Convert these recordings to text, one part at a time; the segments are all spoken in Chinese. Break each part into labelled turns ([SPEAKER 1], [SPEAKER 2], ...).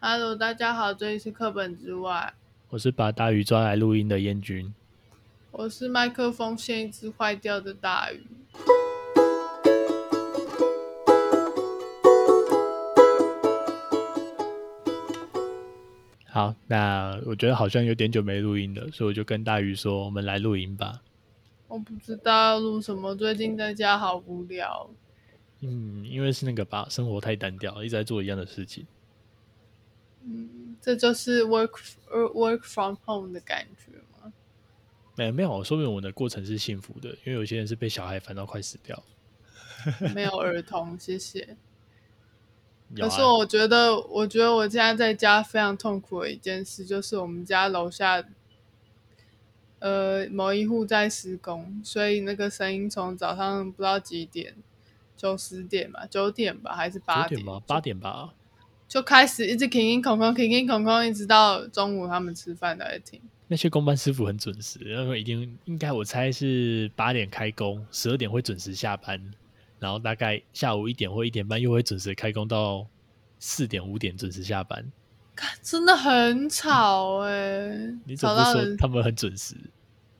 [SPEAKER 1] Hello，大家好，这里是课本之外，
[SPEAKER 2] 我是把大鱼抓来录音的燕君。
[SPEAKER 1] 我是麦克风线一只坏掉的大鱼。
[SPEAKER 2] 好，那我觉得好像有点久没录音了，所以我就跟大鱼说，我们来录音吧。
[SPEAKER 1] 我不知道要录什么，最近在家好无聊。
[SPEAKER 2] 嗯，因为是那个吧，生活太单调，一直在做一样的事情。
[SPEAKER 1] 嗯，这就是 work uh, work from home 的感觉吗？
[SPEAKER 2] 没没有，说明我的过程是幸福的，因为有些人是被小孩烦到快死掉。
[SPEAKER 1] 没有儿童，谢谢。
[SPEAKER 2] 有
[SPEAKER 1] 可
[SPEAKER 2] 啊
[SPEAKER 1] 是我觉得，我觉得我现在在家非常痛苦的一件事，就是我们家楼下，呃，某一户在施工，所以那个声音从早上不知道几点，九十点吧，九点吧，还是八
[SPEAKER 2] 九点吗？八点吧。
[SPEAKER 1] 就开始一直停停空空，停停空空，一直到中午他们吃饭才会停。
[SPEAKER 2] 那些工班师傅很准时，他们一定应该我猜是八点开工，十二点会准时下班，然后大概下午一点或一点半又会准时开工到四点五点准时下班。
[SPEAKER 1] 看真的很吵哎、
[SPEAKER 2] 你怎
[SPEAKER 1] 吵
[SPEAKER 2] 么
[SPEAKER 1] 到
[SPEAKER 2] 说
[SPEAKER 1] 人，
[SPEAKER 2] 他们很准时？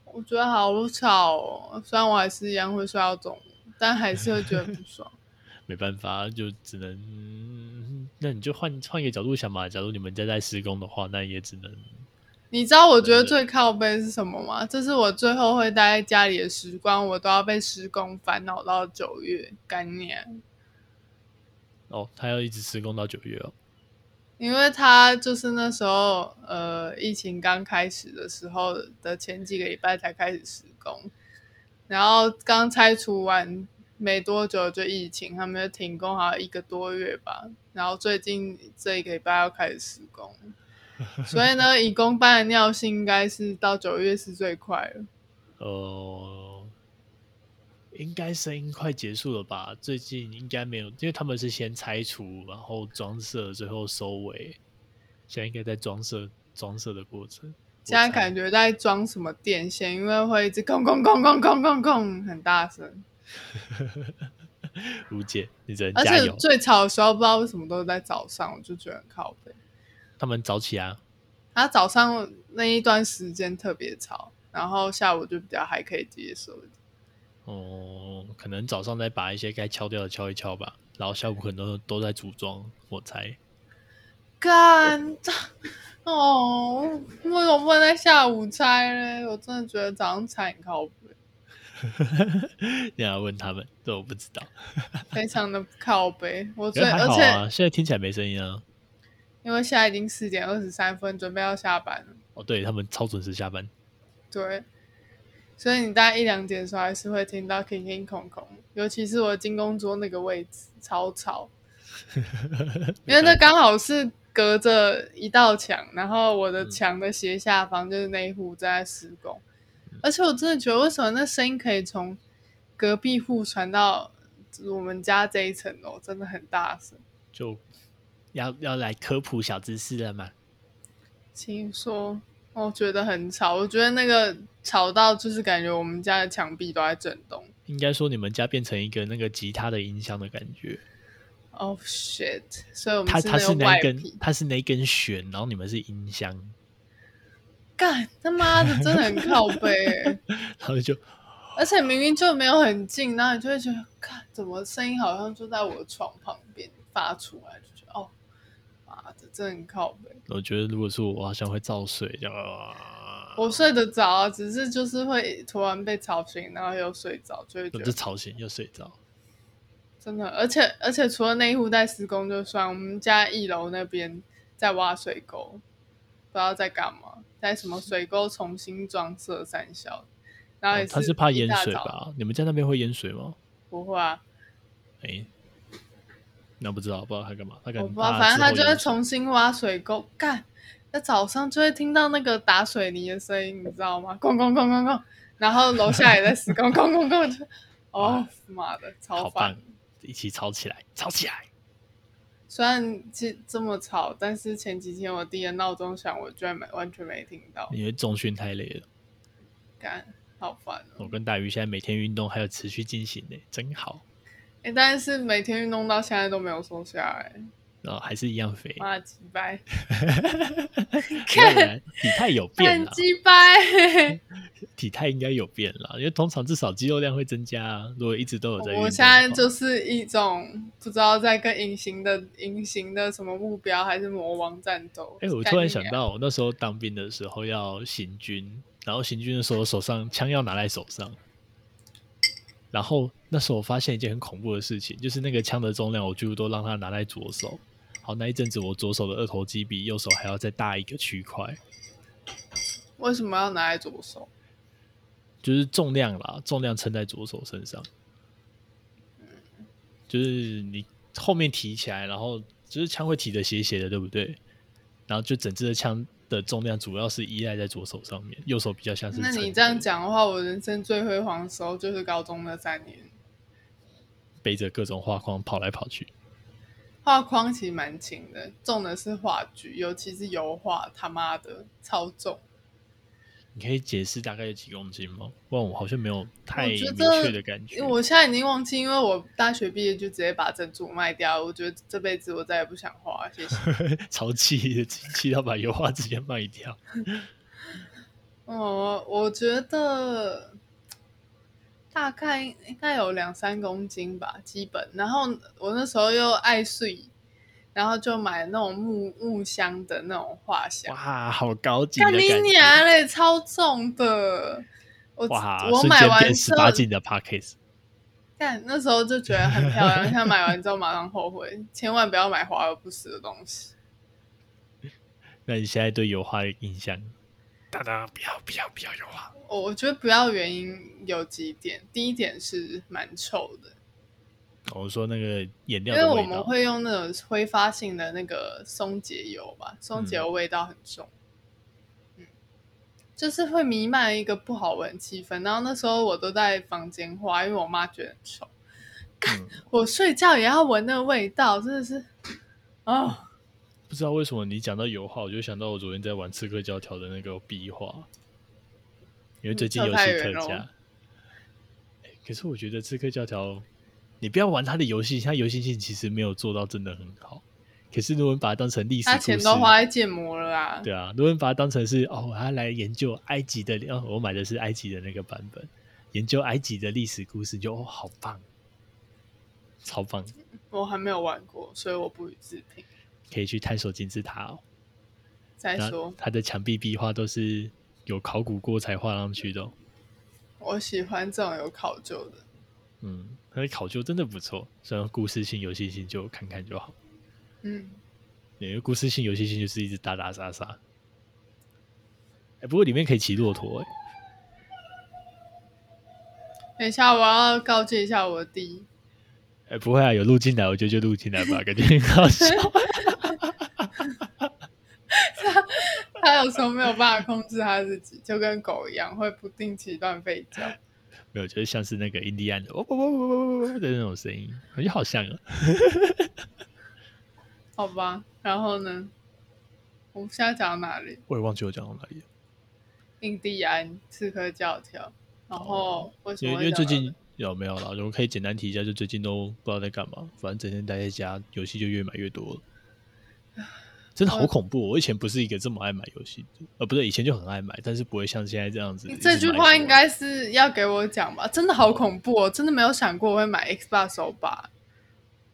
[SPEAKER 1] 我觉得好吵哦。虽然我还是一样会睡到中午，但还是会觉得不爽。
[SPEAKER 2] 没办法，就只能，嗯那你就换换一个角度想嘛。假如你们家在施工的话，那也只能
[SPEAKER 1] 你知道我觉得最靠背是什么吗？这是我最后会待在家里的时光，我都要被施工烦恼到九月，干啊念。
[SPEAKER 2] 哦，他要一直施工到九月哦。
[SPEAKER 1] 因为他就是那时候，呃，疫情刚开始的时候的前几个礼拜才开始施工，然后刚拆除完没多久就疫情，他们就停工好像一个多月吧，然后最近这一个礼拜要开始施 工，所以呢，以工班的尿性应该是到九月是最快了。
[SPEAKER 2] 哦呃，应该声音快结束了吧？最近应该没有，因为他们是先拆除，然后装设，最后收尾。现在应该在装设装设的过程。
[SPEAKER 1] 现在感
[SPEAKER 2] 觉
[SPEAKER 1] 觉在装什么电线，因为会一直空空空空空空空很大声，
[SPEAKER 2] 如姐，你只能
[SPEAKER 1] 而
[SPEAKER 2] 加
[SPEAKER 1] 且
[SPEAKER 2] 油。
[SPEAKER 1] 最吵的时候不知道为什么都是在早上，我就觉得很靠背。
[SPEAKER 2] 他们早起啊，
[SPEAKER 1] 他早上那一段时间特别吵，然后下午就比较还可以接受一点。
[SPEAKER 2] 哦、可能早上再把一些该敲掉的敲一敲吧，然后下午可能都都在组装，我猜。
[SPEAKER 1] 干哦，为什么不能在下午拆嘞？我真的觉得早上拆很靠背，
[SPEAKER 2] 你要问他们，这我不知道。
[SPEAKER 1] 非常的不靠背。我
[SPEAKER 2] 可
[SPEAKER 1] 最、
[SPEAKER 2] 是还
[SPEAKER 1] 而
[SPEAKER 2] 好
[SPEAKER 1] 且
[SPEAKER 2] 啊，现在听起来没声音啊。
[SPEAKER 1] 因为现在已经四点二十三分，准备要下班了。
[SPEAKER 2] 哦，对他们超准时下班，
[SPEAKER 1] 对，所以你大概一两点的时候还是会听到叮叮空空，尤其是我金工桌那个位置超吵，因为那刚好是隔着一道墙，然后我的
[SPEAKER 2] 嗯
[SPEAKER 1] 墙的斜下方就是那一户正在施工，而且我真的觉得为什么那声音可以从隔壁户传到我们家这一层楼，真的很大声。
[SPEAKER 2] 就要要来科普小知识了嘛。
[SPEAKER 1] 请说，我觉得很吵，我觉得那个吵到就是感觉我们家的墙壁都在震动。
[SPEAKER 2] 应该说你们家变成一个那个吉他的音箱的感觉，
[SPEAKER 1] Oh shit！所以我
[SPEAKER 2] 它
[SPEAKER 1] 们
[SPEAKER 2] 它
[SPEAKER 1] 那
[SPEAKER 2] 是
[SPEAKER 1] 个
[SPEAKER 2] 那
[SPEAKER 1] 外
[SPEAKER 2] 一根
[SPEAKER 1] 皮，
[SPEAKER 2] 它是那一根弦，然后你们是音箱，
[SPEAKER 1] 干他妈的真的很靠背欸，
[SPEAKER 2] 然后就
[SPEAKER 1] 而且明明就没有很近，然后你就会觉得，看怎么声音好像就在我的床旁边发出来，就觉得哦，妈的，真的很靠背。
[SPEAKER 2] 我觉得如果是我，我好像会照睡，这样。啊
[SPEAKER 1] 我睡得着啊，只是就是会突然被吵醒，然后又睡着，就会觉
[SPEAKER 2] 我
[SPEAKER 1] 得
[SPEAKER 2] 就吵醒又睡着。
[SPEAKER 1] 真的，而且而且除了那一户在施工就算，我们家一楼那边在挖水沟，不知道在干嘛，在什么水沟重新装设三小，然后也
[SPEAKER 2] 哦
[SPEAKER 1] 是、
[SPEAKER 2] 它是怕淹水？吧？你们家那边会淹水吗？
[SPEAKER 1] 不会啊，
[SPEAKER 2] 哎、那不知道，不知道他干嘛，他干
[SPEAKER 1] 我不知道，反正他就会重新挖水沟，干，那早上就会听到那个打水泥的声音，你知道吗？咣咣咣咣咣，然后楼下也在施工，咣咣 咣，就哦妈的，超
[SPEAKER 2] 好
[SPEAKER 1] 烦
[SPEAKER 2] 棒。，一起吵起来，吵起来。
[SPEAKER 1] 虽然这这么吵，但是前几天我弟的闹钟响，我居然没完全没听到，
[SPEAKER 2] 因为重训太累了，
[SPEAKER 1] 干好烦哦、
[SPEAKER 2] 我跟大鱼现在每天运动还有持续进行呢，真好。
[SPEAKER 1] 哎、但是每天运动到现在都没有瘦下来，
[SPEAKER 2] 然后还是一样肥。
[SPEAKER 1] 妈鸡掰，
[SPEAKER 2] 不会啦体态有变
[SPEAKER 1] 看
[SPEAKER 2] 啦，
[SPEAKER 1] 鸡掰！
[SPEAKER 2] 体态应该有变啦，因为通常至少肌肉量会增加啊。如果一直都有在运动的话，
[SPEAKER 1] 我现在就是一种不知道在跟隐形的隐形的什么目标还是魔王战斗。啊
[SPEAKER 2] 哎、我
[SPEAKER 1] 干
[SPEAKER 2] 突然
[SPEAKER 1] 你
[SPEAKER 2] 想
[SPEAKER 1] 娘，
[SPEAKER 2] 到，我那时候当兵的时候要行军，然后行军的时候手上枪要拿在手上，然后那时候我发现一件很恐怖的事情，就是那个枪的重量我几乎都让他拿在左手。好，那一阵子我左手的二头肌比右手还要再大一个区块，
[SPEAKER 1] 为什么要拿来左手？
[SPEAKER 2] 就是重量啦，重量撑在左手身上，就是你后面提起来，然后就是枪会提的斜斜的，对不对？然后就整支的枪的重量主要是依赖在左手上面，右手比较像是。
[SPEAKER 1] 那你这样，讲的话，我人生最辉煌的时候就是高中那三年，
[SPEAKER 2] 背着各种画框跑来跑去，
[SPEAKER 1] 画框其实蛮轻的，重的是画具，尤其是油画，他妈的超重。
[SPEAKER 2] 你可以解释大概有几公斤吗？不然我好像没有太明
[SPEAKER 1] 觉
[SPEAKER 2] 确
[SPEAKER 1] 得
[SPEAKER 2] 的感觉。
[SPEAKER 1] 因为我现在已经忘记，因为我大学毕业就直接把珍珠卖掉，我觉得这辈子我再也不想画，谢谢。
[SPEAKER 2] 超气的，气到把油画直接卖掉。
[SPEAKER 1] 哦，我觉得大概应该有两三公斤吧，基本。然后我那时候又爱睡，然后就买那种木木箱的那种画箱，
[SPEAKER 2] 哇，好高级的
[SPEAKER 1] 干
[SPEAKER 2] 感
[SPEAKER 1] 你
[SPEAKER 2] 觉！
[SPEAKER 1] 娘嘞，超重的！我
[SPEAKER 2] 哇，
[SPEAKER 1] 我
[SPEAKER 2] 瞬
[SPEAKER 1] 买
[SPEAKER 2] 间
[SPEAKER 1] 完
[SPEAKER 2] 变
[SPEAKER 1] 之
[SPEAKER 2] 十
[SPEAKER 1] 后
[SPEAKER 2] 八，禁的 p a c k a g e
[SPEAKER 1] 干那时候就觉得很漂亮，现在买完之后马上后悔，千万不要买华而不实的东西。
[SPEAKER 2] 那你现在对油画的印象？大家不要不要不要油画！
[SPEAKER 1] 我我觉得不要原因有几点，第一点是蛮臭的，
[SPEAKER 2] 我哦说那个颜料
[SPEAKER 1] 因为
[SPEAKER 2] 的
[SPEAKER 1] 我
[SPEAKER 2] 味
[SPEAKER 1] 们
[SPEAKER 2] 道，
[SPEAKER 1] 会用那种挥发性的那个松节油吧，松节油味道很重，嗯就是会弥漫一个不好闻气氛。然后那时候我都在房间画，因为我妈觉得很臭，
[SPEAKER 2] 嗯
[SPEAKER 1] 我睡觉也要闻那个味道，真的是，哦，
[SPEAKER 2] 不知道为什么你讲到油画，我就想到我昨天在玩刺客教条的那个壁画，因为最近游戏特
[SPEAKER 1] 嗯特派
[SPEAKER 2] 价、
[SPEAKER 1] 员哦
[SPEAKER 2] 哎可是我觉得刺客教条，你不要玩它的游戏，它游戏性其实没有做到真的很好。可是如果你把它当成历史
[SPEAKER 1] 她
[SPEAKER 2] 故事
[SPEAKER 1] 钱，都花在建模了啦。
[SPEAKER 2] 对啊，如果你把它当成是哦，他来研究埃及的，哦，我买的是埃及的那个版本，研究埃及的历史故事，你就哦，好棒，超棒，
[SPEAKER 1] 我还没有玩过，所以我不予置评。
[SPEAKER 2] 可以去探索金字塔哦。
[SPEAKER 1] 再
[SPEAKER 2] 那
[SPEAKER 1] 说，
[SPEAKER 2] 它的墙壁壁画都是有考古过才画上去的哦、
[SPEAKER 1] 我喜欢这种有考究的。
[SPEAKER 2] 嗯，它的考究真的不错，虽然故事性、游戏性就看看就好，
[SPEAKER 1] 嗯，
[SPEAKER 2] 因为故事性、游戏性就是一直打打杀杀。哎、不过里面可以骑骆驼、哎，
[SPEAKER 1] 等一下我要告诫一下我弟，
[SPEAKER 2] 哎、不会啊，有录进来，我觉得就录进来吧，感觉很好笑。
[SPEAKER 1] 他有时候没有办法控制他自己，就跟狗一样，会不定期乱吠叫。
[SPEAKER 2] 没有，就是像是那个印第安的喔喔喔喔喔喔喔的那种声音，感觉好像啊。
[SPEAKER 1] 好吧，然后呢？我们现在讲到哪里？
[SPEAKER 2] 我也忘记我讲到哪里了，
[SPEAKER 1] 印第安刺客教条。然后为什
[SPEAKER 2] 哦因
[SPEAKER 1] 么
[SPEAKER 2] 为
[SPEAKER 1] 会
[SPEAKER 2] 因为最
[SPEAKER 1] 讲到
[SPEAKER 2] 近有没有啦？我可以简单提一下，就最近都不知道在干嘛，反正整天待在家，游戏就越买越多了。真的好恐怖哦、我以前不是一个这么爱买游戏的，呃，不对，以前就很爱买，但是不会像现在这样子一
[SPEAKER 1] 你
[SPEAKER 2] 直买一直买。
[SPEAKER 1] 这句话应该是要给我讲吧？真的好恐怖哦！真的没有想过我会买 Xbox 手把。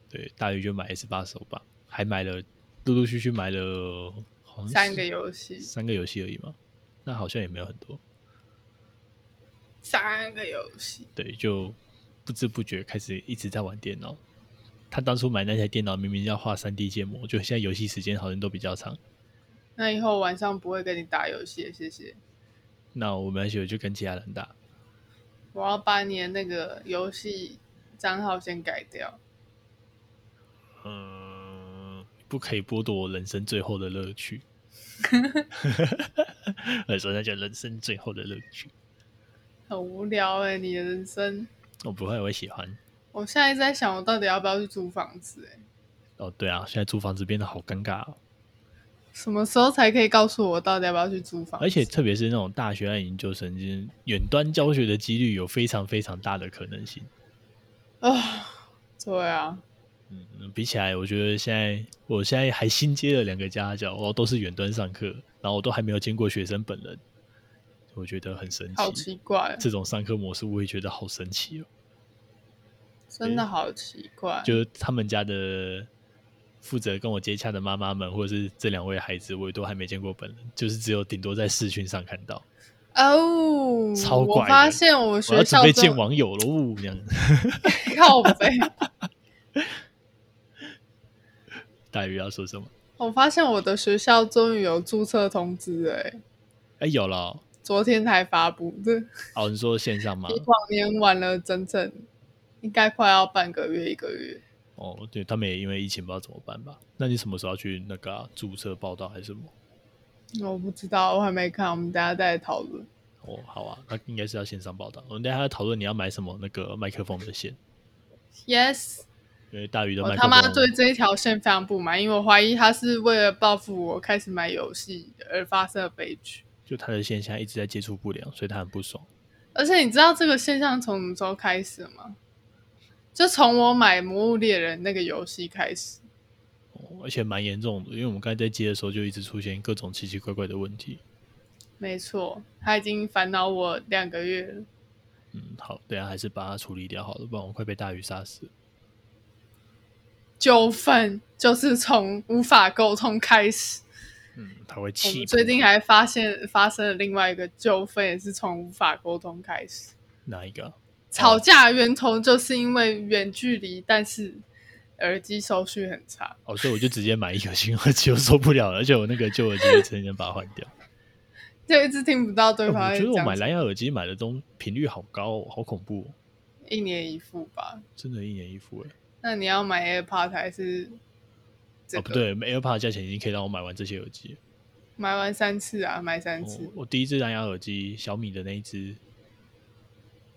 [SPEAKER 2] 对，大约就买 S 八手吧，还买了，陆陆续续买了好像是
[SPEAKER 1] 三个游戏，
[SPEAKER 2] 三个游戏而已嘛，那好像也没有很多。
[SPEAKER 1] 三个游戏，
[SPEAKER 2] 对，就不知不觉开始一直在玩电脑。他当初买那台电脑明明要画三 D 建模，就现在游戏时间好像都比较长。
[SPEAKER 1] 那以后晚上不会跟你打游戏了，谢谢。
[SPEAKER 2] 那我们我就跟其他人打，
[SPEAKER 1] 我要把你的那个游戏账号先改掉。
[SPEAKER 2] 嗯，不可以剥夺我人生最后的乐趣。 我说那叫人生最后的乐趣。
[SPEAKER 1] 很无聊哎、你的人生。
[SPEAKER 2] 我不会，我会喜欢。
[SPEAKER 1] 我现在一直在想，我到底要不要去租房子、欸？
[SPEAKER 2] 哦，对啊，现在租房子变得好尴尬、哦，
[SPEAKER 1] 什么时候才可以告诉我到底要不要去租房子？
[SPEAKER 2] 而且特别是那种大学和研究生，就是远端教学的几率有非常非常大的可能性。
[SPEAKER 1] 啊、对啊，
[SPEAKER 2] 嗯，比起来，我觉得现在我现在还新接了两个家教，我都是远端上课，然后我都还没有见过学生本人，我觉得很神
[SPEAKER 1] 好
[SPEAKER 2] 奇。
[SPEAKER 1] 奇怪，啊
[SPEAKER 2] 这种上课模式我也觉得好神奇哦，
[SPEAKER 1] 真的好奇怪。
[SPEAKER 2] 就是他们家的负责跟我接洽的妈妈们，或者是这两位孩子，我也都还没见过本人，就是只有顶多在视讯上看到。
[SPEAKER 1] 哦，
[SPEAKER 2] 超
[SPEAKER 1] 我
[SPEAKER 2] 怪的
[SPEAKER 1] 发现我
[SPEAKER 2] 我要
[SPEAKER 1] 学
[SPEAKER 2] 准
[SPEAKER 1] 校
[SPEAKER 2] 备
[SPEAKER 1] 真
[SPEAKER 2] 见
[SPEAKER 1] 的
[SPEAKER 2] 网友了，呜，这样
[SPEAKER 1] 靠背。
[SPEAKER 2] 大鱼要说什么？
[SPEAKER 1] 我发现我的学校终于有注册通知了、欸，
[SPEAKER 2] 哎、有了哦
[SPEAKER 1] 昨天才发布，这比
[SPEAKER 2] 哦，你说线上吗？
[SPEAKER 1] 往年晚了整整应该快要半个月一个月。
[SPEAKER 2] 哦，对他们也因为疫情不知道怎么办吧？那你什么时候要去那个啊、注册报道还是什么？
[SPEAKER 1] 我不知道，我还没看，我们大家再讨论。
[SPEAKER 2] 哦，好啊，那应该是要线上报道。哦我们等一下要讨论你要买什么那个麦克风的线，
[SPEAKER 1] Yes，
[SPEAKER 2] 因为大鱼的麦
[SPEAKER 1] 我
[SPEAKER 2] 克
[SPEAKER 1] 哦他
[SPEAKER 2] 风，
[SPEAKER 1] 妈对这一条线非常不满，因为我怀疑他是为了报复我开始买游戏而发生的悲剧。
[SPEAKER 2] 就他的线现在一直在接触不良，所以他很不爽。
[SPEAKER 1] 而且你知道这个现象从什么时候开始吗？就从我买《魔物猎人》那个游戏开始。
[SPEAKER 2] 哦而且蛮严重的，因为我们刚才在接的时候就一直出现各种奇奇怪怪的问题。
[SPEAKER 1] 没错，他已经烦恼我两个月了。
[SPEAKER 2] 嗯，好，等一下还是把它处理掉好了，不然我快被大鱼杀死了。
[SPEAKER 1] 纠纷就是从无法沟通开始。
[SPEAKER 2] 嗯，他会
[SPEAKER 1] 我
[SPEAKER 2] 气。
[SPEAKER 1] 们最近还发现发生了另外一个纠纷，也是从无法沟通开始。
[SPEAKER 2] 哪一个啊？
[SPEAKER 1] 吵架的源头就是因为远距离，但是耳机收讯很差。
[SPEAKER 2] 哦，所以我就直接买一个新耳机，我受不了了，而且我那个旧耳机就直接把它换掉。
[SPEAKER 1] 就一直听不到对
[SPEAKER 2] 哎
[SPEAKER 1] 方
[SPEAKER 2] 我
[SPEAKER 1] 在
[SPEAKER 2] 觉得我买
[SPEAKER 1] 讲什么，
[SPEAKER 2] 蓝牙耳机买的东频率好高、哦，好恐怖、哦，
[SPEAKER 1] 一年一副吧。
[SPEAKER 2] 真的，一年一副哎。
[SPEAKER 1] 那你要买 AirPod 还是这
[SPEAKER 2] 哦，
[SPEAKER 1] 个？
[SPEAKER 2] 不，对，AirPod 价钱已经可以让我买完这些耳机了。
[SPEAKER 1] 买完三次啊，买三次
[SPEAKER 2] 我。我第一只蓝牙耳机，小米的那一只，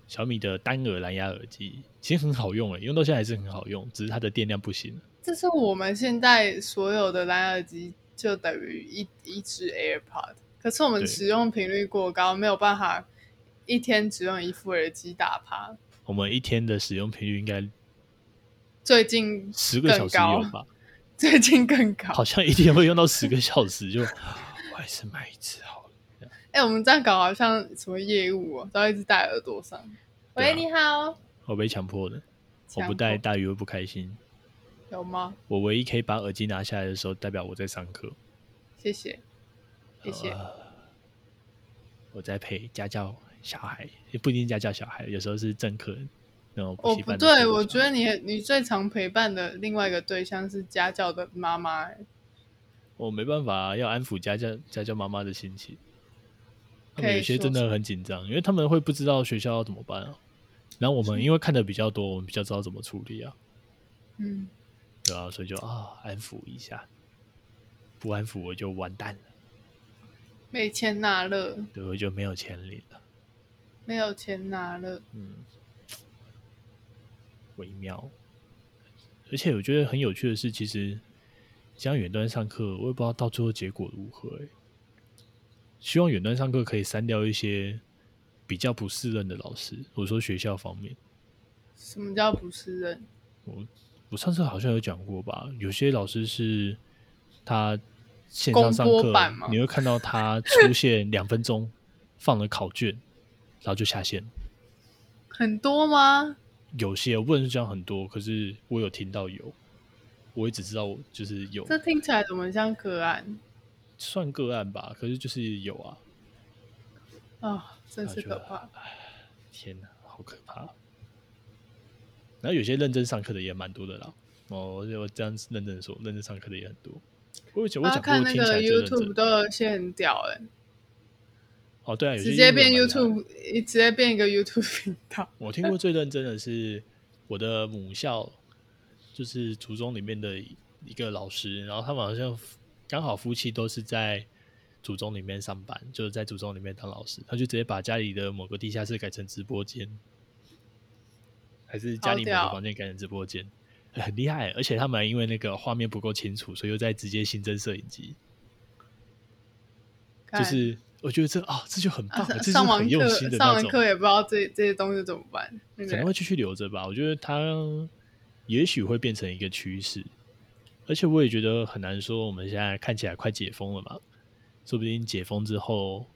[SPEAKER 2] 小米的单耳蓝牙耳机，其实很好用诶，哎用到现在还是很好用，只是它的电量不行。
[SPEAKER 1] 这是我们现在所有的蓝牙耳机就等于一一只 AirPod，可是我们
[SPEAKER 2] 对
[SPEAKER 1] 使用频率过高，没有办法一天只用一副耳机打趴。
[SPEAKER 2] 我们一天的使用频率应该
[SPEAKER 1] 最近
[SPEAKER 2] 十个小时有
[SPEAKER 1] 更
[SPEAKER 2] 吧？
[SPEAKER 1] 最近更高，
[SPEAKER 2] 好像一天会用到十个小时，就我还是买一只好了。
[SPEAKER 1] 哎、我们这样搞好像什么业务哦、都要一直戴耳朵上。
[SPEAKER 2] 对
[SPEAKER 1] 喂，
[SPEAKER 2] 啊
[SPEAKER 1] 你好，
[SPEAKER 2] 我被强迫的，我
[SPEAKER 1] 强
[SPEAKER 2] 不
[SPEAKER 1] 迫
[SPEAKER 2] 戴大鱼会不开心。
[SPEAKER 1] 有吗？
[SPEAKER 2] 我唯一可以把耳机拿下来的时候，代表我在上课，
[SPEAKER 1] 谢谢，谢谢。
[SPEAKER 2] 啊呃我在陪家教小孩，也不一定家教小孩，有时候是政客那种补
[SPEAKER 1] 哦，
[SPEAKER 2] 习
[SPEAKER 1] 不
[SPEAKER 2] 班的
[SPEAKER 1] 对，
[SPEAKER 2] 小
[SPEAKER 1] 我
[SPEAKER 2] 孩
[SPEAKER 1] 觉得你你最常陪伴的另外一个对象是家教的妈妈、哎
[SPEAKER 2] 我没办法、啊要安抚家教家教妈妈的心情。
[SPEAKER 1] 可
[SPEAKER 2] 他们
[SPEAKER 1] 以
[SPEAKER 2] 有些
[SPEAKER 1] 说
[SPEAKER 2] 真的
[SPEAKER 1] 说
[SPEAKER 2] 很紧张，因为他们会不知道学校要怎么办啊。然后我们因为看的比较多，我们比较知道怎么处理啊，
[SPEAKER 1] 嗯，
[SPEAKER 2] 对啊，所以就啊安抚一下，不安抚我就完蛋了，
[SPEAKER 1] 没钱拿了，
[SPEAKER 2] 对，我就没有钱领了。
[SPEAKER 1] 没有钱拿了。
[SPEAKER 2] 嗯，微妙。而且我觉得很有趣的是，其实像远端上课，我也不知道到最后结果如何、欸。希望远端上课可以删掉一些比较不适任的老师。我说学校方面，
[SPEAKER 1] 什么叫不是人？
[SPEAKER 2] 我上次好像有讲过吧，有些老师是他线
[SPEAKER 1] 公
[SPEAKER 2] 上上
[SPEAKER 1] 播
[SPEAKER 2] 课
[SPEAKER 1] 版吗，
[SPEAKER 2] 你会看到他出现两分钟，放了考卷，然后就下线了。
[SPEAKER 1] 很多吗？
[SPEAKER 2] 有些问是讲很多，可是我有听到有，我也只知道我就是有
[SPEAKER 1] 这听起来怎么像个案
[SPEAKER 2] 算个案吧，可是就是有啊，
[SPEAKER 1] 啊、真
[SPEAKER 2] 然后
[SPEAKER 1] 是
[SPEAKER 2] 就
[SPEAKER 1] 可怕。。
[SPEAKER 2] 唉天哪，好可怕！然后有些认真上课的也蛮多的啦，哦，我我这样子认真地说，认真上课的也很多。我有讲，我
[SPEAKER 1] 他
[SPEAKER 2] 讲
[SPEAKER 1] 啊看
[SPEAKER 2] 过，
[SPEAKER 1] 那
[SPEAKER 2] 听起
[SPEAKER 1] 个
[SPEAKER 2] 来最认真
[SPEAKER 1] YouTube 都有些很屌哎、
[SPEAKER 2] 哦，对啊，有些
[SPEAKER 1] 直接
[SPEAKER 2] YouTube
[SPEAKER 1] 变
[SPEAKER 2] 蛮厉害的
[SPEAKER 1] YouTube，直接变一个 YouTube 频道。
[SPEAKER 2] 我听过最认真的是我的母校，就是初中里面的一个老师，然后他们好像刚好夫妻都是在祖中里面上班，就是在祖中里面当老师，他就直接把家里的某个地下室改成直播间，还是家里某
[SPEAKER 1] 好
[SPEAKER 2] 个
[SPEAKER 1] 屌
[SPEAKER 2] 房间改成直播间，很厉害。而且他们因为那个画面不够清楚，所以又在直接新增摄影机，就
[SPEAKER 1] 看
[SPEAKER 2] 是我觉得这啊、这就很棒
[SPEAKER 1] 哎啊
[SPEAKER 2] 了，
[SPEAKER 1] 上
[SPEAKER 2] 这是
[SPEAKER 1] 上完
[SPEAKER 2] 很用
[SPEAKER 1] 课
[SPEAKER 2] 心的
[SPEAKER 1] 上
[SPEAKER 2] 那
[SPEAKER 1] 完
[SPEAKER 2] 种。
[SPEAKER 1] 课也不知道这这些东西怎么办。那
[SPEAKER 2] 可
[SPEAKER 1] 个
[SPEAKER 2] 能
[SPEAKER 1] 人
[SPEAKER 2] 会继续留着吧。我觉得他也许会变成一个趋势。而且我也觉得很难说，我们现在看起来快解封了嘛，说不定解封之后，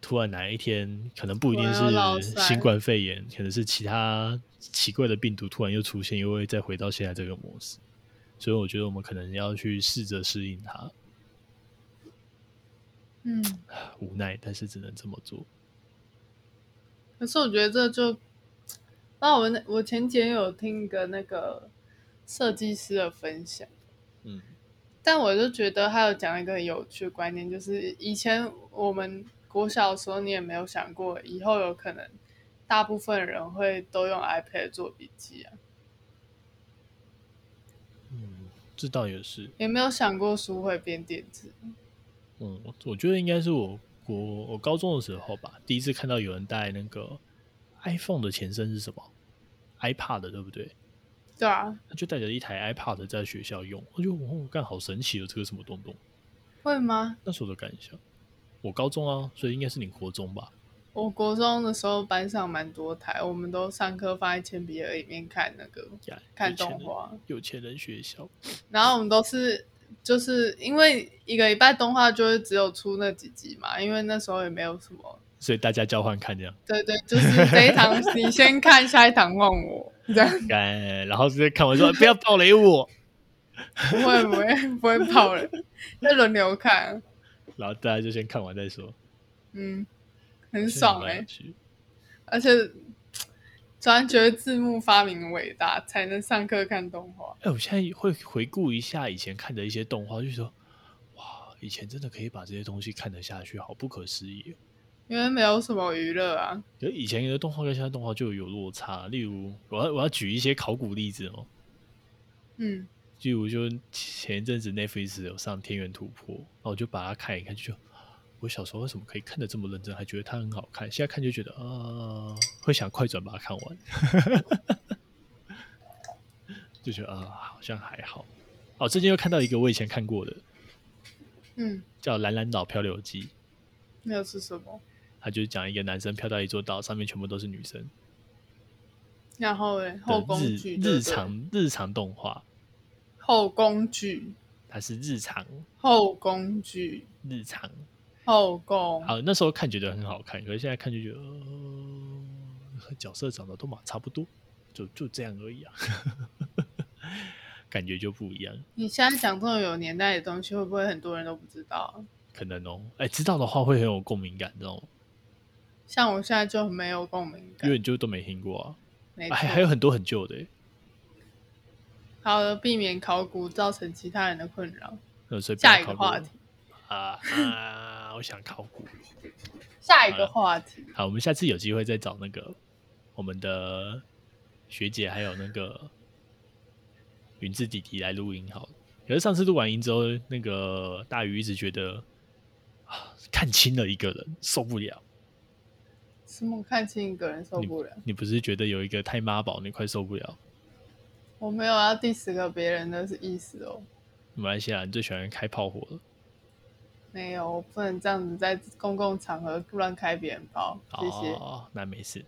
[SPEAKER 2] 突然哪一天，可能不一定
[SPEAKER 1] 突然又落
[SPEAKER 2] 是
[SPEAKER 1] 塞
[SPEAKER 2] 新冠肺炎，可能是其他奇怪的病毒突然又出现，又会再回到现在这个模式。所以我觉得我们可能要去试着适应它，
[SPEAKER 1] 嗯，
[SPEAKER 2] 无奈，但是只能这么做。
[SPEAKER 1] 可是我觉得这就，那我那我前几天有听一个那个设计师的分享。
[SPEAKER 2] 嗯
[SPEAKER 1] 但我就觉得他有讲一个很有趣的观念，就是以前我们国小的时候，你也没有想过以后有可能大部分人会都用 iPad 做笔记啊，
[SPEAKER 2] 嗯，这倒也是。
[SPEAKER 1] 也没有想过书会变电子。
[SPEAKER 2] 嗯，我我觉得应该是我国我高中的时候吧，第一次看到有人带那个 iPhone 的前身是什么？iPad 对不对？
[SPEAKER 1] 对啊，
[SPEAKER 2] 他就带着一台 iPad 在学校用，我就我干好神奇哦，这个什么东东？
[SPEAKER 1] 会吗？
[SPEAKER 2] 那时候的感想，我高中啊，所以应该是你国中吧？
[SPEAKER 1] 我国中的时候班上蛮多台，我们都上课放在铅笔盒里面看那个
[SPEAKER 2] 呀，
[SPEAKER 1] 看
[SPEAKER 2] 有钱
[SPEAKER 1] 动
[SPEAKER 2] 人，
[SPEAKER 1] 画，
[SPEAKER 2] 有钱人学校，
[SPEAKER 1] 然后我们都是就是因为一个礼拜动画就会只有出那几集嘛，因为那时候也没有什么
[SPEAKER 2] 所以大家交换看这样，
[SPEAKER 1] 对对，就是这一 堂你先看，下一堂换我，这样
[SPEAKER 2] 干，然后直接看完说 不要暴雷我，
[SPEAKER 1] 不会不会不会跑了，就轮流看，
[SPEAKER 2] 然后大家就先看完再说，
[SPEAKER 1] 嗯，很爽哎、
[SPEAKER 2] 蛮有趣
[SPEAKER 1] 而且突然觉得字幕发明伟大，才能上课看动画。
[SPEAKER 2] 哎、我现在会回顾一下以前看的一些动画，就说哇，以前真的可以把这些东西看得下去，好不可思议、哦。
[SPEAKER 1] 因为没有什么娱乐啊，
[SPEAKER 2] 就以前的动画跟现在动画就有落差，例如我要我要举一些考古例子哦，
[SPEAKER 1] 嗯，
[SPEAKER 2] 例如就前一阵子 Netflix 有上《天元突破》，然后我就把它看一看，就觉得我小时候为什么可以看得这么认真，还觉得它很好看，现在看就觉得啊、呃会想快转把它看完， 就觉得啊、好像还好。哦，最近又看到一个我以前看过的，
[SPEAKER 1] 嗯，
[SPEAKER 2] 叫《蓝蓝岛漂流记》，
[SPEAKER 1] 那是什么？
[SPEAKER 2] 它就是讲一个男生漂到一座岛，上面全部都是女生
[SPEAKER 1] 然后嘞，后
[SPEAKER 2] 的
[SPEAKER 1] 宫
[SPEAKER 2] 日
[SPEAKER 1] 剧对
[SPEAKER 2] 日
[SPEAKER 1] 不对
[SPEAKER 2] 常日常动画，
[SPEAKER 1] 后宫剧
[SPEAKER 2] 它是日常
[SPEAKER 1] 后宫剧
[SPEAKER 2] 日常。
[SPEAKER 1] 后宫，
[SPEAKER 2] 好，那时候看觉得很好看，可是现在看就觉得、呃、角色长得都嘛差不多，就就这样而已啊， 感觉就不一样。
[SPEAKER 1] 你现在讲这种有年代的东西，会不会很多人都不知道啊、
[SPEAKER 2] 可能哦，哎，知道的话会很有共鸣感，你知道吗？
[SPEAKER 1] 像我现在就很没有共鸣
[SPEAKER 2] 因
[SPEAKER 1] 感
[SPEAKER 2] 为，你就都没听过啊，
[SPEAKER 1] 没
[SPEAKER 2] 哎，
[SPEAKER 1] 错
[SPEAKER 2] 还有很多很旧的，
[SPEAKER 1] 好的，避免考古造成其他人的困扰。
[SPEAKER 2] 呃，所以不要
[SPEAKER 1] 下一个
[SPEAKER 2] 考古
[SPEAKER 1] 话题，
[SPEAKER 2] 啊啊，我想考古。
[SPEAKER 1] 下一个话题，
[SPEAKER 2] 好，我们下次有机会再找那个我们的学姐，还有那个云志弟弟来录音好了。可是上次录完音之后，那个大鱼一直觉得啊，看清了一个人，受不了。
[SPEAKER 1] 什么看清一个人受不了？
[SPEAKER 2] 你不是觉得有一个太妈宝，你快受不了？
[SPEAKER 1] 我没有要第十个别人的意思哦，
[SPEAKER 2] 马来西亚人最喜欢开炮火了。
[SPEAKER 1] 没有，我不能这样子在公共场合乱开别人包，谢谢。
[SPEAKER 2] 哦，那没事，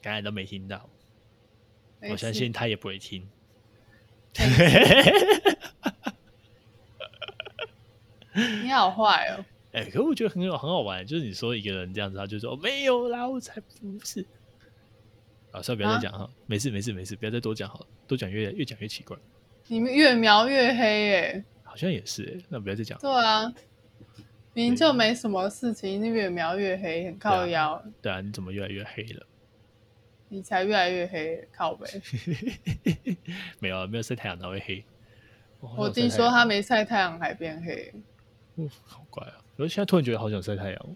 [SPEAKER 2] 刚才都没听到，
[SPEAKER 1] 没事
[SPEAKER 2] 我相信他也不会听。
[SPEAKER 1] 你好坏哦，
[SPEAKER 2] 哎、可我觉得很有很好玩，就是你说一个人这样子，他就说、哦、没有啦，我才不是。啊，算了，不要再讲哈、没事没事没事，不要再多讲好了，多讲越越讲越奇怪，
[SPEAKER 1] 你们越描越黑耶。
[SPEAKER 2] 好像也是、欸，那不要再讲。
[SPEAKER 1] 对啊，明明就没什么事情，你越描越黑，很靠
[SPEAKER 2] 对啊
[SPEAKER 1] 腰，
[SPEAKER 2] 对啊，你怎么越来越黑了？
[SPEAKER 1] 你才越来越黑，靠背。
[SPEAKER 2] 没有啊，没有晒太阳哪会黑？哦
[SPEAKER 1] 我弟说他，没晒太阳还变黑。
[SPEAKER 2] 好想晒太阳哦好怪啊！我现在突然觉得好想晒太阳哦。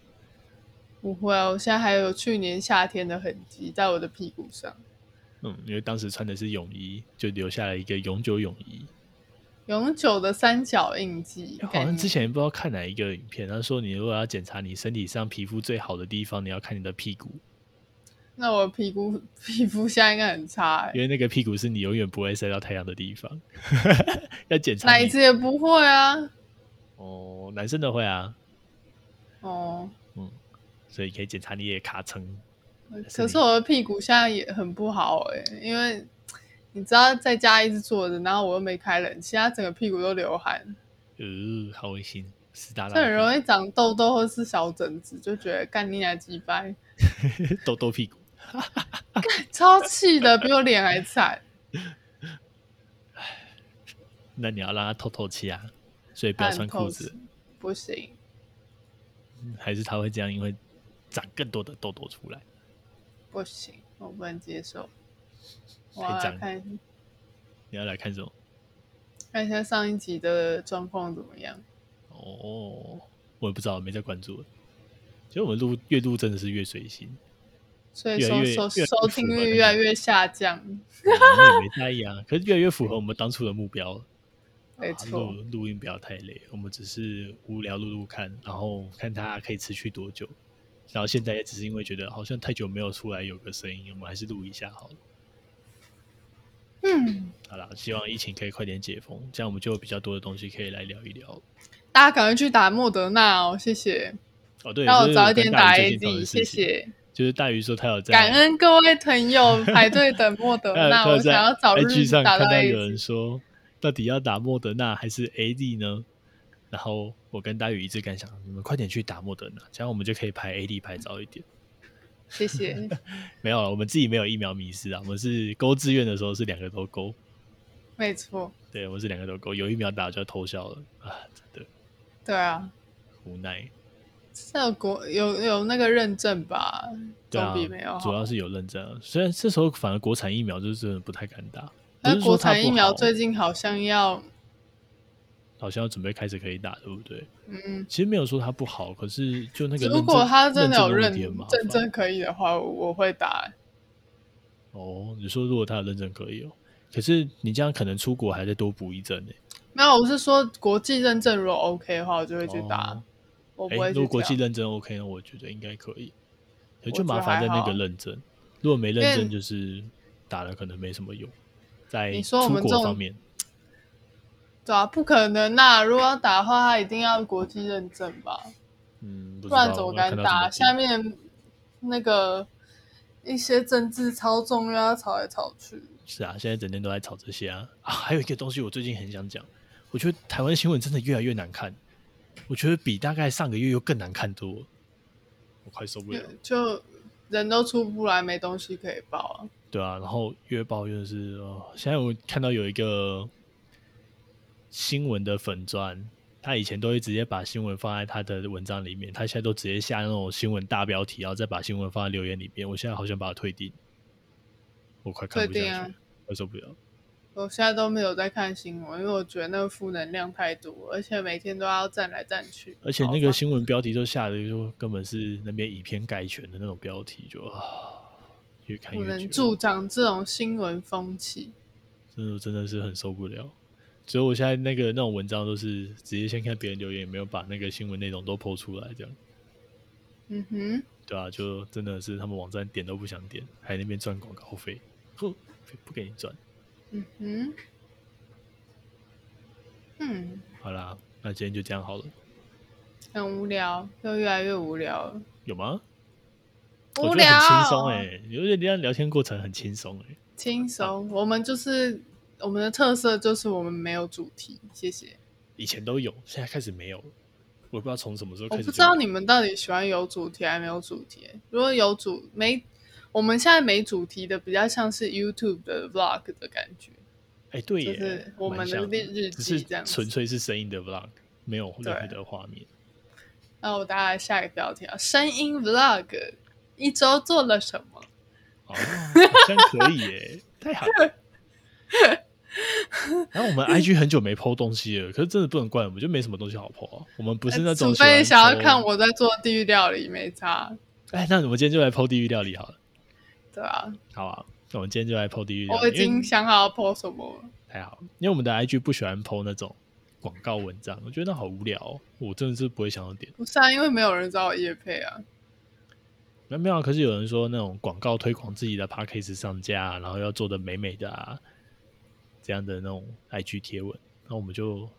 [SPEAKER 1] 不会啊，我现在还有去年夏天的痕迹在我的屁股上。
[SPEAKER 2] 嗯，因为当时穿的是泳衣，就留下了一个永久泳衣。
[SPEAKER 1] 永久的三角印记
[SPEAKER 2] 欸，好
[SPEAKER 1] 概
[SPEAKER 2] 像
[SPEAKER 1] 念
[SPEAKER 2] 之前不知道看哪一个影片，他说你如果要检查你身体上皮肤最好的地方，你要看你的屁股。
[SPEAKER 1] 那我屁股 皮肤现在应该很差、
[SPEAKER 2] 因
[SPEAKER 1] 欸，
[SPEAKER 2] 为那个屁股是你永远不会晒到太阳的地方， 要检查
[SPEAKER 1] 哪
[SPEAKER 2] 你
[SPEAKER 1] 一只也不会啊。
[SPEAKER 2] 哦，男生的会啊，
[SPEAKER 1] 哦，
[SPEAKER 2] 嗯，所以可以检查你的卡层，
[SPEAKER 1] 呃欸可是我的屁股现在也很不好哎、因为你知道在家一直坐着，然后我又没开冷气，它整个屁股都流汗，
[SPEAKER 2] 呃，好恶心，湿哒
[SPEAKER 1] 这
[SPEAKER 2] 哒的
[SPEAKER 1] 很
[SPEAKER 2] 屁
[SPEAKER 1] 容易长痘痘或是小疹子，就觉得干你俩鸡掰，
[SPEAKER 2] 股 痘痘屁股，
[SPEAKER 1] 超气的，比我脸还惨。
[SPEAKER 2] 那你要让它透透气啊，所以 不要
[SPEAKER 1] 汗
[SPEAKER 2] 穿
[SPEAKER 1] 透
[SPEAKER 2] 裤子嗯
[SPEAKER 1] 死，，不行，
[SPEAKER 2] 还是它会这样，因为长更多的痘痘出来。
[SPEAKER 1] 不行，我不能接受。我
[SPEAKER 2] 太
[SPEAKER 1] 要来
[SPEAKER 2] 脏
[SPEAKER 1] 看
[SPEAKER 2] 你要来看什么？
[SPEAKER 1] 看一下上一集的状况怎么样。
[SPEAKER 2] 哦，我也不知道，没在关注了。其实我们录越录真的是越随 心，
[SPEAKER 1] 所以
[SPEAKER 2] 越
[SPEAKER 1] 收
[SPEAKER 2] 来
[SPEAKER 1] 收
[SPEAKER 2] 越越来越
[SPEAKER 1] 收
[SPEAKER 2] 符
[SPEAKER 1] 听
[SPEAKER 2] 合
[SPEAKER 1] 率
[SPEAKER 2] 那
[SPEAKER 1] 越来
[SPEAKER 2] 个
[SPEAKER 1] 越下降，
[SPEAKER 2] 嗯我们也没在意啊。可是越来越符合我们当初的目标了。
[SPEAKER 1] 没
[SPEAKER 2] 啊
[SPEAKER 1] 错
[SPEAKER 2] 录，录音不要太累，我们只是无聊录录看，然后看它可以持续多久。然后现在也只是因为觉得好像太久没有出来有个声音，我们还是录一下好了。
[SPEAKER 1] 嗯，
[SPEAKER 2] 好啦，希望疫情可以快点解封，这样我们就有比较多的东西可以来聊一聊。
[SPEAKER 1] 大家赶快去打莫德纳哦，谢谢，
[SPEAKER 2] 哦，对，
[SPEAKER 1] 让
[SPEAKER 2] 这
[SPEAKER 1] 我
[SPEAKER 2] 是
[SPEAKER 1] 早一
[SPEAKER 2] 跟
[SPEAKER 1] 点
[SPEAKER 2] 大
[SPEAKER 1] 打
[SPEAKER 2] 鱼最近发
[SPEAKER 1] AD，
[SPEAKER 2] 生的
[SPEAKER 1] 谢
[SPEAKER 2] 事情。
[SPEAKER 1] 谢，
[SPEAKER 2] 就是大鱼说他有在
[SPEAKER 1] 感恩各位朋友 排队等莫德
[SPEAKER 2] 呃，
[SPEAKER 1] 纳，
[SPEAKER 2] 他有
[SPEAKER 1] 我
[SPEAKER 2] 在
[SPEAKER 1] 想要早
[SPEAKER 2] IG
[SPEAKER 1] 日
[SPEAKER 2] 上
[SPEAKER 1] 打
[SPEAKER 2] 看
[SPEAKER 1] 到
[SPEAKER 2] 到有人
[SPEAKER 1] AD，
[SPEAKER 2] 说，到底要打莫德纳还是 AD 呢？然后我跟大宇一致感想，你们快点去打莫德纳，这样我们就可以排 AD 排早一点。
[SPEAKER 1] 谢 谢，
[SPEAKER 2] 没有了，啊我们自己没有疫苗迷失啊，我们是勾志愿的时候是两个都勾，
[SPEAKER 1] 没错，
[SPEAKER 2] 对，我们是两个都勾，有疫苗打就要偷笑了啊，真的
[SPEAKER 1] 对啊，
[SPEAKER 2] 无奈。
[SPEAKER 1] 是有国有有那个认证吧，
[SPEAKER 2] 对
[SPEAKER 1] 总
[SPEAKER 2] 啊
[SPEAKER 1] 比没有，
[SPEAKER 2] 主
[SPEAKER 1] 好。
[SPEAKER 2] 要是有认证啊，虽然这时候反而国产疫苗就是真的不太敢打，不
[SPEAKER 1] 那
[SPEAKER 2] 是
[SPEAKER 1] 国
[SPEAKER 2] 说它
[SPEAKER 1] 产
[SPEAKER 2] 不
[SPEAKER 1] 疫苗
[SPEAKER 2] 好
[SPEAKER 1] 最近好像要，
[SPEAKER 2] 好像要准备开始可以打，对不对？
[SPEAKER 1] 嗯，
[SPEAKER 2] 其实没有说它不好，可是就那个
[SPEAKER 1] 如果他
[SPEAKER 2] 他
[SPEAKER 1] 真的有认
[SPEAKER 2] 认
[SPEAKER 1] 认证可以的话，我我会打，
[SPEAKER 2] 哦，你说如果他有认证可以哦，可是你这样可能出国还得多补一针呢、
[SPEAKER 1] 没有，我是说国际认证如果 OK 的话，我就会去打，
[SPEAKER 2] 哦
[SPEAKER 1] 我不
[SPEAKER 2] 哎、
[SPEAKER 1] 会
[SPEAKER 2] 如
[SPEAKER 1] 去
[SPEAKER 2] 果国
[SPEAKER 1] 这
[SPEAKER 2] 际
[SPEAKER 1] 样。
[SPEAKER 2] 认证 OK 呢，我觉得应该可以，可
[SPEAKER 1] 我
[SPEAKER 2] 就
[SPEAKER 1] 觉
[SPEAKER 2] 麻
[SPEAKER 1] 得
[SPEAKER 2] 烦
[SPEAKER 1] 还
[SPEAKER 2] 在那
[SPEAKER 1] 好啊
[SPEAKER 2] 个认证，如果没认
[SPEAKER 1] 因为
[SPEAKER 2] 证就是打了可能没什么用。在
[SPEAKER 1] 你说我
[SPEAKER 2] 出
[SPEAKER 1] 们这
[SPEAKER 2] 国
[SPEAKER 1] 种
[SPEAKER 2] 方面，
[SPEAKER 1] 对啊，不可能呐、如果要打的话，他一定要国际认证吧，
[SPEAKER 2] 嗯，不
[SPEAKER 1] 不
[SPEAKER 2] 知
[SPEAKER 1] 然
[SPEAKER 2] 道
[SPEAKER 1] 怎么
[SPEAKER 2] 要看
[SPEAKER 1] 敢
[SPEAKER 2] 到怎
[SPEAKER 1] 打？
[SPEAKER 2] 么
[SPEAKER 1] 下
[SPEAKER 2] 定
[SPEAKER 1] 面那个一些政治操纵，又要吵来吵去。
[SPEAKER 2] 是啊，现在整天都在吵这些啊啊！还有一个东西我最近很想讲，我觉得台湾新闻真的越来越难看，我觉得比大概上个月又更难看多了，我快受不了了。
[SPEAKER 1] 就人都出不来，没东西可以报啊。
[SPEAKER 2] 对啊，然后越抱怨是哦，现在我看到有一个新闻的粉砖，他以前都会直接把新闻放在他的文章里面，他现在都直接下那种新闻大标题，然后再把新闻放在留言里面。我现在好想把它退订，我快看不
[SPEAKER 1] 退订
[SPEAKER 2] 下
[SPEAKER 1] 啊
[SPEAKER 2] 去，我受不了。
[SPEAKER 1] 我现在都没有在看新闻，因为我觉得那个负能量太多，而且每天都要站来站去。
[SPEAKER 2] 而且
[SPEAKER 1] 好
[SPEAKER 2] 那个
[SPEAKER 1] 烦
[SPEAKER 2] 新闻标题都下的就根本是那边以偏概全的那种标题，就啊，越看
[SPEAKER 1] 不
[SPEAKER 2] 越
[SPEAKER 1] 能
[SPEAKER 2] 觉得
[SPEAKER 1] 助长这种新闻风气。
[SPEAKER 2] 真的真的是很受不了。所以我现在那个那种文章都是直接先看别人留言，也没有把那个新闻内容都剖出来，这样
[SPEAKER 1] 嗯哼，
[SPEAKER 2] 对啊，就真的是他们网站点都不想点，还那边赚广告费，哼，不给你赚。
[SPEAKER 1] 嗯哼，嗯，
[SPEAKER 2] 好啦，那今天就这样好了，
[SPEAKER 1] 很无聊，又越来越无聊了。
[SPEAKER 2] 有吗？
[SPEAKER 1] 无
[SPEAKER 2] 我觉得
[SPEAKER 1] 聊，
[SPEAKER 2] 很轻松哎、欸，有点这样聊天过程很轻松哎、
[SPEAKER 1] 轻松。我们就是我们的特色就是我们没有主题，谢谢。
[SPEAKER 2] 以前都有，现在开始没有了，我也不知道从什么时候
[SPEAKER 1] 我
[SPEAKER 2] 开始就没有。
[SPEAKER 1] 不知道你们到底喜欢有主题还没有主题。如果有主没，我们现在没主题的比较像是 YouTube 的 Vlog 的感觉。
[SPEAKER 2] 哎、对耶，
[SPEAKER 1] 就是我
[SPEAKER 2] 蛮
[SPEAKER 1] 们的
[SPEAKER 2] 像
[SPEAKER 1] 日日
[SPEAKER 2] 只
[SPEAKER 1] 记
[SPEAKER 2] 是
[SPEAKER 1] 这样
[SPEAKER 2] 纯
[SPEAKER 1] 子
[SPEAKER 2] 粹是声音的 vlog，没有任何
[SPEAKER 1] 对
[SPEAKER 2] 的画面。
[SPEAKER 1] 那我大家下一个标题啊，声音 Vlog，一周做了什么？
[SPEAKER 2] 哦，好像可以耶，太好 了。然后我
[SPEAKER 1] 嗯
[SPEAKER 2] 们 IG 很久没 PO 东西了，可是真的不能怪我们，就没什么东西好 PO 啊。我们不是那种
[SPEAKER 1] 除非
[SPEAKER 2] 喜
[SPEAKER 1] 想
[SPEAKER 2] 欢
[SPEAKER 1] 要
[SPEAKER 2] po
[SPEAKER 1] 看，我在做地狱料理，没差，
[SPEAKER 2] 哎，那我们今天就来 PO 地狱料理好了，
[SPEAKER 1] 对啊，
[SPEAKER 2] 好啊。那我们今天就来 PO 地狱料
[SPEAKER 1] 我
[SPEAKER 2] 理，
[SPEAKER 1] 已经
[SPEAKER 2] 因为
[SPEAKER 1] 想好要 po 什么了。
[SPEAKER 2] 太好了，因为我们的 IG 不喜欢 PO 那种广告文章，我觉得那好无聊哦、我真的是不会想要点。
[SPEAKER 1] 不是啊，因为没有人找我叶配啊。
[SPEAKER 2] 那没有啊，可是有人说那种广告推广自己的 p a c k a g e 上架啊，然后要做的美美的啊，这样的那种 IG 贴文，那我们就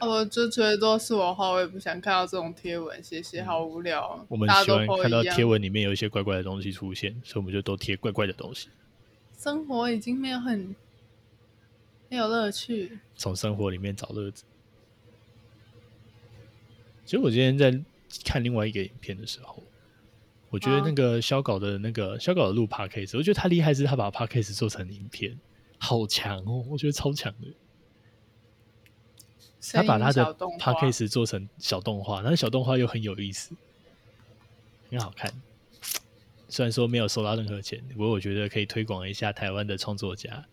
[SPEAKER 1] 啊我就觉得都是我的话，我也不想看到这种贴文，谢谢，
[SPEAKER 2] 嗯
[SPEAKER 1] 好无聊、啊。
[SPEAKER 2] 我们
[SPEAKER 1] 大家
[SPEAKER 2] 喜
[SPEAKER 1] 都
[SPEAKER 2] 欢
[SPEAKER 1] po
[SPEAKER 2] 看到
[SPEAKER 1] 一样
[SPEAKER 2] 贴，文里面有一些怪怪的东西出现，所以我们就都贴怪怪的东西。
[SPEAKER 1] 生活已经没有很没有乐趣。
[SPEAKER 2] 从生活里面找乐子。其实我今天在看另外一个影片的时候，我觉得
[SPEAKER 1] 啊
[SPEAKER 2] 那个肖稿的那个肖稿的录 podcast，我觉得他厉害是他把 podcast 做成影片，好强哦！我觉得超强的。他
[SPEAKER 1] 声
[SPEAKER 2] 把
[SPEAKER 1] 音
[SPEAKER 2] 他的
[SPEAKER 1] 小动画
[SPEAKER 2] podcast 做成小动画，那小动画又很有意思，很好看。虽然说没有收到任何钱，不过我觉得可以推广一下台湾的创作家，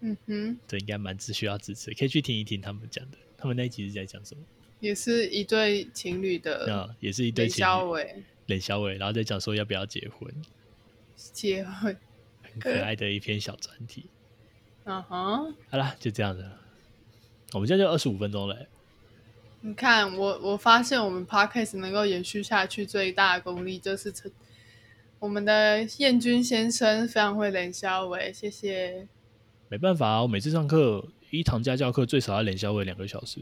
[SPEAKER 1] 嗯哼，
[SPEAKER 2] 这应该蛮需要支持，可以去听一听他们讲的。他们那一集是在讲什么？
[SPEAKER 1] 也是一对情侣的
[SPEAKER 2] 那也啊是一对
[SPEAKER 1] 雷
[SPEAKER 2] 情
[SPEAKER 1] 小
[SPEAKER 2] 侣，
[SPEAKER 1] 伟
[SPEAKER 2] 冷小伟，然后再讲说要不要结婚，
[SPEAKER 1] 结婚，
[SPEAKER 2] 很可爱的一篇小专题。
[SPEAKER 1] 嗯哼，
[SPEAKER 2] 好啦，就这样子，我们现在就二十五分钟了欸、
[SPEAKER 1] 你看我我发现我们 podcast 能够延续下去最大的功力就是成我们的燕君先生非常会冷笑伟，谢谢。
[SPEAKER 2] 没办法啊，我每次上课一堂家教课最少要冷小伟两个小时。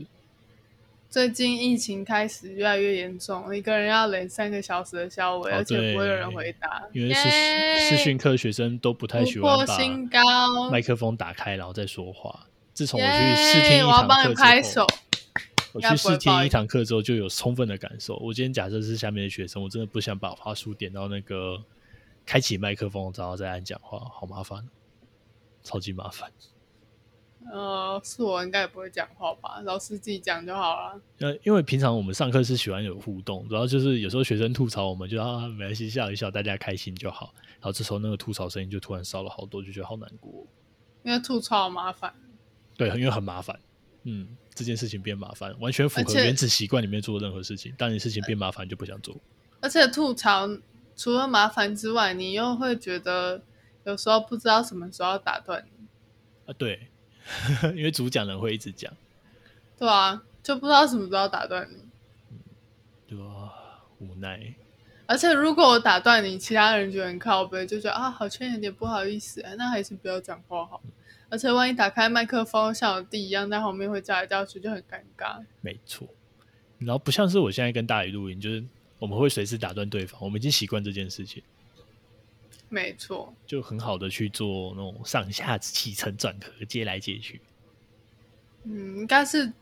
[SPEAKER 1] 最近疫情开始越来越严重，一个人要冷三个小时的笑伟，
[SPEAKER 2] 哦
[SPEAKER 1] 而且不会有人
[SPEAKER 2] 对
[SPEAKER 1] 回答，
[SPEAKER 2] 因为视视讯课学生都不太喜
[SPEAKER 1] 突破
[SPEAKER 2] 欢把
[SPEAKER 1] 新高。
[SPEAKER 2] 麦克风打开然后再说话。自从我去
[SPEAKER 1] 耶
[SPEAKER 2] 试听一
[SPEAKER 1] 我要
[SPEAKER 2] 堂
[SPEAKER 1] 帮
[SPEAKER 2] 课
[SPEAKER 1] 你
[SPEAKER 2] 之
[SPEAKER 1] 拍
[SPEAKER 2] 后
[SPEAKER 1] 手，。
[SPEAKER 2] 我
[SPEAKER 1] 应该
[SPEAKER 2] 去
[SPEAKER 1] 不会
[SPEAKER 2] 试听
[SPEAKER 1] 爆
[SPEAKER 2] 一
[SPEAKER 1] 音
[SPEAKER 2] 堂课之后就有充分的感受。我今天假设是下面的学生，我真的不想把话术点到那个开启麦克风，然后再按讲话，好麻烦，超级麻烦。
[SPEAKER 1] 呃，是我应该也不会讲话吧，老师自己讲就好了。
[SPEAKER 2] 呃，因为平常我们上课是喜欢有互动，主要就是有时候学生吐槽，我们就啊没关系，笑一笑，大家开心就好。然后这时候那个吐槽声音就突然少了好多，就觉得好难过。
[SPEAKER 1] 因为吐槽好麻烦，
[SPEAKER 2] 对，因为很麻烦，嗯，这件事情变麻烦，完全符
[SPEAKER 1] 而
[SPEAKER 2] 合
[SPEAKER 1] 且
[SPEAKER 2] 原子习惯里面做的任何事情。当你事情变麻烦，你就不想做。
[SPEAKER 1] 而且吐槽除了麻烦之外，你又会觉得有时候不知道什么时候要打断你，
[SPEAKER 2] 啊，对， 因为主讲人会一直讲，
[SPEAKER 1] 对啊，就不知道什么时候打断你。
[SPEAKER 2] 对啊，无奈。
[SPEAKER 1] 而且如果我打断你，其他人觉得很靠背，就觉得啊，好像有点不好意思、哎那还是不要讲话好。而且万一打开麦克风，像我弟一样在后面会叫来叫去，就很尴尬。
[SPEAKER 2] 没错。然后不像是我现在跟大宇录音，就是我们会随时打断对方，我们已经习惯这件事情，
[SPEAKER 1] 没错，
[SPEAKER 2] 就很好的去做那种上下起承转合、接来接去。
[SPEAKER 1] 嗯，应该是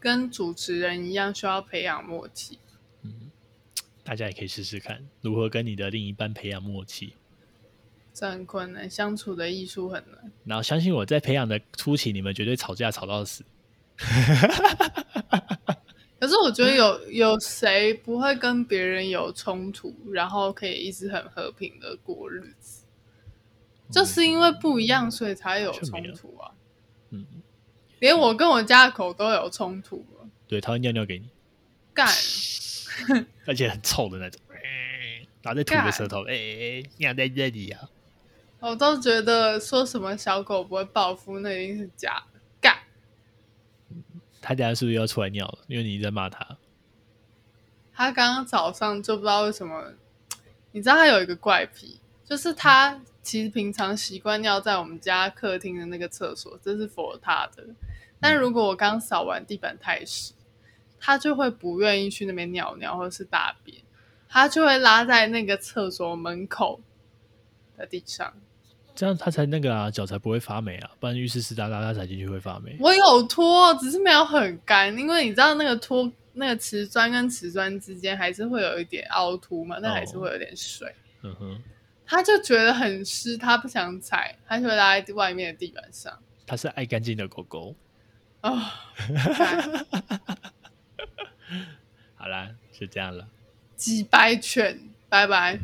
[SPEAKER 1] 跟主持人一样需要培养默契。
[SPEAKER 2] 嗯，大家也可以试试看如何跟你的另一半培养默契。
[SPEAKER 1] 这很困难，相处的艺术很难。
[SPEAKER 2] 然后相信我在培养的初期，你们绝对吵架吵到死。
[SPEAKER 1] 可是我觉得有有谁不会跟别人有冲突，然后可以一直很和平的过日子，就是因为不一样，所以才有冲突啊。
[SPEAKER 2] 嗯，
[SPEAKER 1] 连我跟我家的狗都有冲突了，
[SPEAKER 2] 对，他会尿尿给你，
[SPEAKER 1] 干，
[SPEAKER 2] 而且很臭的那种，然后再吐个舌头，哎、尿在这里啊！
[SPEAKER 1] 我都觉得说什么小狗不会报复，那一定是假的。干，
[SPEAKER 2] 他等下是不是要出来尿了？因为你一直在骂他。
[SPEAKER 1] 它刚刚早上就不知道为什么，你知道它有一个怪癖，就是它其实平常习惯尿在我们家客厅的那个厕所，这是佛它的。但如果我刚扫完地板太湿，它就会不愿意去那边尿尿或者是大便，它就会拉在那个厕所门口的地上。
[SPEAKER 2] 这样他才那个啊，脚才不会发霉啊，不然浴室湿哒哒，他踩进去会发霉。
[SPEAKER 1] 我有拖，只是没有很干，因为你知道那个拖那个瓷砖跟瓷砖之间还是会有一点凹凸嘛，那还是会有点水。
[SPEAKER 2] 嗯哼，
[SPEAKER 1] 他就觉得很湿，他不想踩，他就会拉在外面的地板上。
[SPEAKER 2] 他是爱干净的狗狗。
[SPEAKER 1] 哦， 干
[SPEAKER 2] 好啦，就这样了，
[SPEAKER 1] 几百犬，拜拜。